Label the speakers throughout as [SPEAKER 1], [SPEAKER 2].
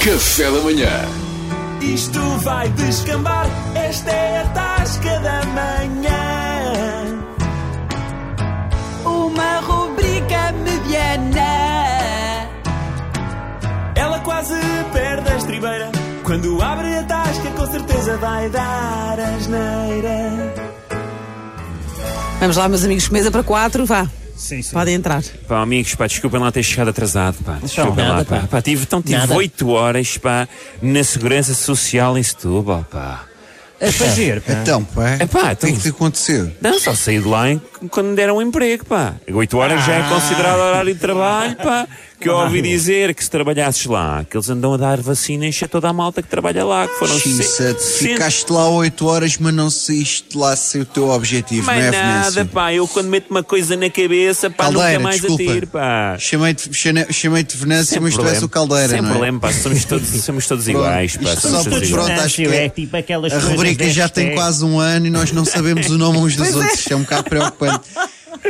[SPEAKER 1] Café da Manhã.
[SPEAKER 2] Isto vai descambar, esta é a tasca da manhã.
[SPEAKER 3] Uma rubrica mediana.
[SPEAKER 2] É. Ela quase perde a estribeira. Quando abre a tasca, com certeza vai dar asneira.
[SPEAKER 4] Vamos lá, meus amigos, mesa para quatro, vá.
[SPEAKER 5] Sim, sim.
[SPEAKER 4] Podem entrar.
[SPEAKER 5] Pá, amigos, pá, desculpem lá ter chegado atrasado, pá. Desculpem
[SPEAKER 6] nada,
[SPEAKER 5] lá, pá.
[SPEAKER 6] pá.
[SPEAKER 5] Pá, tive, então, tive
[SPEAKER 6] Nada.
[SPEAKER 5] oito horas, pá, na Segurança Social em Setúbal, pá.
[SPEAKER 6] A fazer, pá.
[SPEAKER 7] Então, pá,
[SPEAKER 5] Epá,
[SPEAKER 7] o que é que
[SPEAKER 5] então-
[SPEAKER 7] te aconteceu?
[SPEAKER 5] Não, só saí de lá em- quando me deram um emprego, pá. Oito horas já é considerado horário de trabalho, pá. Que eu ouvi dizer que se trabalhasses lá, que eles andam a dar vacinas a toda a malta que trabalha lá, que foram...
[SPEAKER 7] Xinsa,
[SPEAKER 5] cem-
[SPEAKER 7] ficaste lá 8 horas, mas não saíste lá sem o teu objetivo, não
[SPEAKER 5] Mais
[SPEAKER 7] é,
[SPEAKER 5] nada,
[SPEAKER 7] Venâncio?
[SPEAKER 5] pá. Eu quando meto uma coisa na cabeça, pá,
[SPEAKER 7] Caldeira,
[SPEAKER 5] nunca mais
[SPEAKER 7] desculpa.
[SPEAKER 5] atiro, pá.
[SPEAKER 7] Chamei-te chamei chamei-te Venâncio,
[SPEAKER 5] Sem
[SPEAKER 7] mas tu és
[SPEAKER 5] problema.
[SPEAKER 7] o Caldeira,
[SPEAKER 5] Sem
[SPEAKER 7] não é?
[SPEAKER 5] problema, pá. Somos todos, somos todos
[SPEAKER 7] Pronto,
[SPEAKER 5] iguais, pá.
[SPEAKER 7] isto
[SPEAKER 5] Somos
[SPEAKER 7] só
[SPEAKER 5] todos
[SPEAKER 7] porque
[SPEAKER 5] iguais.
[SPEAKER 7] pronto, acho que
[SPEAKER 6] Venâncio,
[SPEAKER 7] é,
[SPEAKER 6] é tipo aquelas
[SPEAKER 7] a
[SPEAKER 6] coisas
[SPEAKER 7] rubrica já tem
[SPEAKER 6] hashtag.
[SPEAKER 7] quase um ano e nós não sabemos o nome uns dos outros. Isto é um bocado preocupante.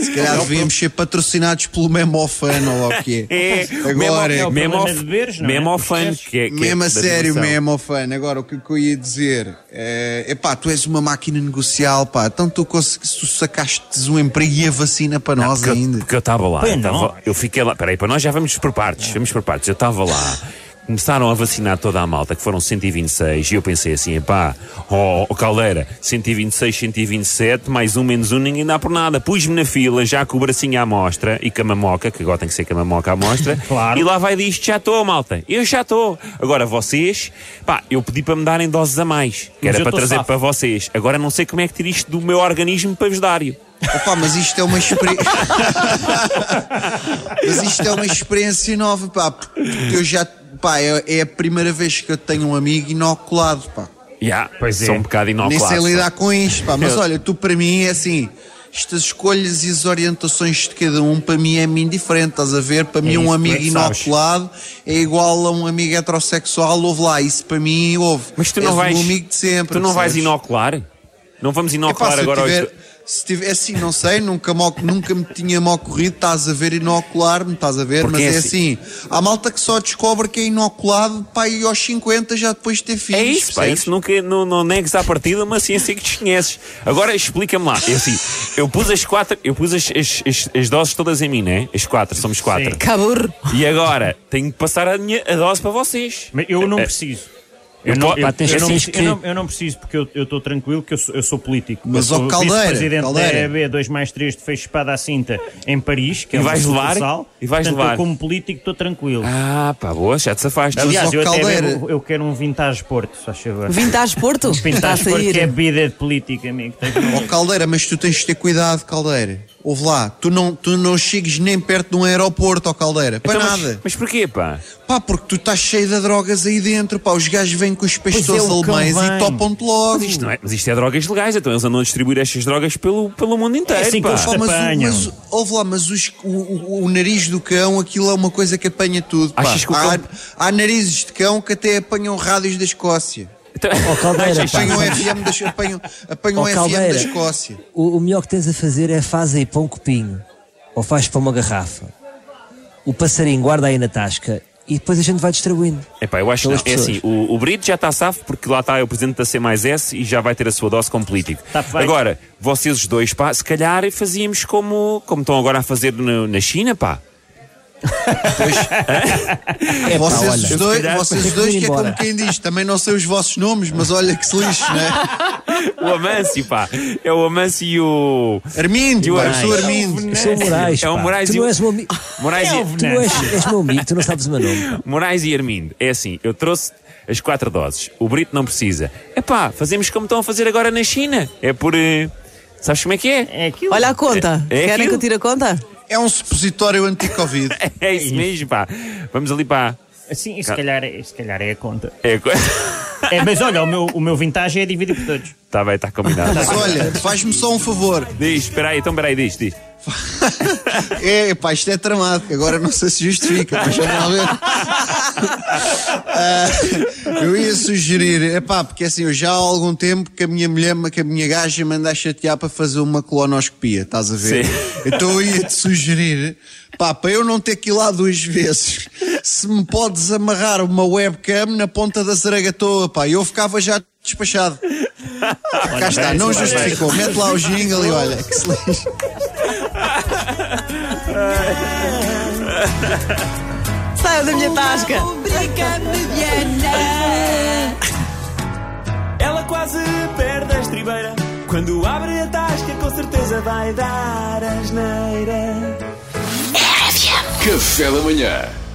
[SPEAKER 7] Se calhar devíamos ser patrocinados pelo Memofano ou lá o que
[SPEAKER 5] É,
[SPEAKER 7] Agora,
[SPEAKER 5] mesmo ao,
[SPEAKER 6] problema de beberes, não é?
[SPEAKER 5] mesmo ao fã,
[SPEAKER 6] Percebes?
[SPEAKER 5] que é, que é
[SPEAKER 7] mesmo a
[SPEAKER 5] da
[SPEAKER 7] sério,
[SPEAKER 5] dimensão.
[SPEAKER 7] mesmo ao fã. Agora, o que, que eu ia dizer é epá, tu és uma máquina negocial, pá. Então tu, consegui- tu sacaste um emprego e a vacina para nós
[SPEAKER 5] Porque eu-
[SPEAKER 7] ainda.
[SPEAKER 5] Porque eu estava lá.
[SPEAKER 6] Pois
[SPEAKER 5] eu, tava-
[SPEAKER 6] não.
[SPEAKER 5] eu fiquei lá. Peraí, para nós já vamos por partes. Vamos por partes. Eu estava lá. Começaram a vacinar toda a malta, que foram 126, e eu pensei assim, pá, ó ó, Caldeira, 126, 127, mais um, menos um, ninguém dá por nada. Pus-me na fila, já com o bracinho à mostra, e com a mamoca, que agora tem que ser com a mamoca à mostra,
[SPEAKER 6] Claro.
[SPEAKER 5] e lá vai disto, já estou, malta, eu já estou. Agora vocês, pá, eu pedi para me darem doses a mais, que
[SPEAKER 6] Mas
[SPEAKER 5] era
[SPEAKER 6] eu
[SPEAKER 5] para
[SPEAKER 6] tô
[SPEAKER 5] trazer
[SPEAKER 6] safo.
[SPEAKER 5] para vocês. Agora não sei como é que tiro isto do meu organismo para vos dar.
[SPEAKER 7] Opa, mas isto é uma experiência. mas isto é uma experiência nova, pá. Porque eu já. Pá, é, é a primeira vez que eu tenho um amigo inoculado, pá.
[SPEAKER 5] Yeah,
[SPEAKER 6] Pois é.
[SPEAKER 5] São um bocado
[SPEAKER 7] Nem
[SPEAKER 5] inoculados.
[SPEAKER 7] sei lidar com isto, pá. Mas
[SPEAKER 5] Eu-
[SPEAKER 7] olha, tu para mim é assim. Estas escolhas e as orientações de cada um, para mim, é-me indiferente, estás a ver? Para mim,
[SPEAKER 6] isso,
[SPEAKER 7] um
[SPEAKER 6] tu é
[SPEAKER 7] amigo
[SPEAKER 6] que sabes.
[SPEAKER 7] inoculado é igual a um amigo heterossexual, ouve lá, isso para mim ouve.
[SPEAKER 5] Mas tu
[SPEAKER 7] És
[SPEAKER 5] não vais.
[SPEAKER 7] um amigo de sempre.
[SPEAKER 5] tu não vais
[SPEAKER 7] percebes?
[SPEAKER 5] inocular? Não vamos
[SPEAKER 7] É pá,
[SPEAKER 5] inocular
[SPEAKER 7] se eu
[SPEAKER 5] agora
[SPEAKER 7] tiver,
[SPEAKER 5] hoje.
[SPEAKER 7] se tiver, assim, não sei, nunca, mo- nunca me tinha me ocorrido, estás a ver, inocular-me, estás a ver,
[SPEAKER 5] Porque
[SPEAKER 7] mas
[SPEAKER 5] é
[SPEAKER 7] é assim. há malta que só descobre que é inoculado, pá, e aos 50 já depois de ter filhos.
[SPEAKER 5] É isso, pá,
[SPEAKER 7] percebes?
[SPEAKER 5] isso nunca, não, não negues à partida uma ciência que desconheces. Agora explica-me lá. Eu, assim, eu pus as quatro, eu pus as, as, as- as doses todas em mim, né? As quatro, somos quatro.
[SPEAKER 6] Sim.
[SPEAKER 4] Caburro.
[SPEAKER 5] E agora tenho que passar a minha a dose para vocês.
[SPEAKER 6] Mas eu não
[SPEAKER 5] É.
[SPEAKER 6] preciso.
[SPEAKER 5] Eu
[SPEAKER 6] Eu não,
[SPEAKER 5] tô-
[SPEAKER 6] eu,
[SPEAKER 5] pá, tens
[SPEAKER 6] eu não
[SPEAKER 5] assim
[SPEAKER 6] preciso-
[SPEAKER 5] que-
[SPEAKER 6] eu não- eu não preciso, porque eu estou tranquilo que eu sou, eu sou político.
[SPEAKER 7] Mas,
[SPEAKER 6] eu sou
[SPEAKER 7] ó, Caldeira,
[SPEAKER 6] presidente
[SPEAKER 7] Caldeira.
[SPEAKER 6] da EAB 2 mais 3 de Feijo Espada à Cinta em Paris, que
[SPEAKER 5] E
[SPEAKER 6] é uma
[SPEAKER 5] vais levar?
[SPEAKER 6] sucursal.
[SPEAKER 5] E vais
[SPEAKER 6] Portanto,
[SPEAKER 5] levar?
[SPEAKER 6] eu como político estou tranquilo.
[SPEAKER 5] Ah, pá, boa, já te safaste.
[SPEAKER 7] Mas,
[SPEAKER 6] Aliás,
[SPEAKER 7] ó,
[SPEAKER 6] eu até
[SPEAKER 7] Caldeira.
[SPEAKER 6] bebo- eu quero um vintage Porto, só favor.
[SPEAKER 4] Vintage Porto? Está a
[SPEAKER 5] tá
[SPEAKER 6] Vintage Porto que é
[SPEAKER 4] sair.
[SPEAKER 6] bebida de política, amigo. Tem que-
[SPEAKER 7] Ó Caldeira, mas tu tens de ter cuidado, Caldeira. Ouve lá, tu não, tu não chegues nem perto de um aeroporto, ó Caldeira, para
[SPEAKER 5] Então, mas-
[SPEAKER 7] nada.
[SPEAKER 5] Mas porquê, pá?
[SPEAKER 7] Pá, porque tu estás cheio de drogas aí dentro, pá, os gajos vêm com os pastores
[SPEAKER 6] é, o cão
[SPEAKER 7] alemães
[SPEAKER 6] vem.
[SPEAKER 7] e topam-te logo.
[SPEAKER 5] Isto não é, mas isto é drogas legais, então eles andam a distribuir estas drogas pelo, pelo mundo inteiro.
[SPEAKER 6] assim que
[SPEAKER 5] pá.
[SPEAKER 6] eles
[SPEAKER 7] Pá, mas, o,
[SPEAKER 6] Apanham.
[SPEAKER 7] mas o- ouve lá, mas os- o, o- o nariz do cão, aquilo é uma coisa que apanha tudo. pá.
[SPEAKER 5] Achas que o
[SPEAKER 7] há,
[SPEAKER 5] cão-
[SPEAKER 7] há narizes de cão que até apanham rádios da Escócia.
[SPEAKER 5] Então-
[SPEAKER 8] Caldeira,
[SPEAKER 5] Achas-
[SPEAKER 8] pá.
[SPEAKER 7] Apanham FM da, apanham, apanham
[SPEAKER 8] Ó,
[SPEAKER 7] FM da
[SPEAKER 8] Caldeira.
[SPEAKER 7] Escócia.
[SPEAKER 8] O, o melhor que tens a fazer é faz aí para um copinho ou faz para uma garrafa. O passarinho guarda aí na tasca e depois a gente vai distribuindo.
[SPEAKER 5] Epá, eu acho que não.
[SPEAKER 8] Pelas
[SPEAKER 5] É assim,
[SPEAKER 8] pessoas.
[SPEAKER 5] o, o Brito já está safo porque lá está o presidente da C mais S e já vai ter a sua dose como político.
[SPEAKER 6] Tá feito.
[SPEAKER 5] agora, vocês os dois, pá, se calhar fazíamos como, como estão agora a fazer no- na China, pá.
[SPEAKER 7] É, vocês, os
[SPEAKER 8] olha.
[SPEAKER 7] dois,
[SPEAKER 5] calhar-
[SPEAKER 7] vocês
[SPEAKER 8] Tem
[SPEAKER 7] os
[SPEAKER 8] que
[SPEAKER 7] dois,
[SPEAKER 8] ir
[SPEAKER 7] que é
[SPEAKER 8] embora.
[SPEAKER 7] como quem diz, também não sei os vossos nomes, mas olha que se lixo, né?
[SPEAKER 5] O Amancio, pá. É o Amancio e o. E
[SPEAKER 7] Armindo,
[SPEAKER 5] o
[SPEAKER 7] pá, eu sou
[SPEAKER 5] Armindo.
[SPEAKER 7] Armindo.
[SPEAKER 8] Eu sou o Moraes.
[SPEAKER 5] É o
[SPEAKER 8] pá.
[SPEAKER 5] Moraes
[SPEAKER 8] tu
[SPEAKER 5] e
[SPEAKER 8] não
[SPEAKER 5] o-
[SPEAKER 8] és meu amigo.
[SPEAKER 5] Moraes
[SPEAKER 6] É
[SPEAKER 5] e.
[SPEAKER 6] o
[SPEAKER 8] Tu não és, és meu amigo, tu não sabes o meu nome. pá.
[SPEAKER 5] Moraes e Armindo. É assim, eu trouxe as quatro doses. O Brito não precisa. Epá, fazemos como estão a fazer agora na China. É por. eh, Sabes como é que é?
[SPEAKER 6] É aquilo.
[SPEAKER 4] Olha a conta.
[SPEAKER 5] É- é
[SPEAKER 4] Querem que eu
[SPEAKER 5] aquilo?
[SPEAKER 4] tire a conta?
[SPEAKER 7] É um supositório anti-Covid.
[SPEAKER 5] É isso mesmo, pá. Vamos ali, pá.
[SPEAKER 6] Assim, se calhar, é- se calhar é a conta.
[SPEAKER 5] É a coisa.
[SPEAKER 6] É, mas olha, o meu, o meu vintage é dividido por todos.
[SPEAKER 5] Está Tá bem, está combinado.
[SPEAKER 7] Mas olha, faz-me só um favor.
[SPEAKER 5] Diz, espera aí, então espera aí, diz, diz.
[SPEAKER 7] É, pá, isto é tramado, que agora não sei se justifica, mas vamos lá ver. Ah, eu ia sugerir, é pá, porque assim, eu já há algum tempo que a minha mulher, que a minha gaja manda a chatear para fazer uma colonoscopia, estás a ver?
[SPEAKER 5] Sim.
[SPEAKER 7] Então eu ia te sugerir Pá, para eu não ter que ir lá duas vezes, se me podes amarrar uma webcam na ponta da zaragatoa, pá, eu ficava já despachado. Cá está, não justificou. Mete lá o jingle e olha, que se lixe.
[SPEAKER 4] Saia da minha tasca.
[SPEAKER 3] rubrica mediana.
[SPEAKER 2] Ela quase perde a estribeira. Quando abre a tasca, com certeza vai dar asneira.
[SPEAKER 1] Café da Manhã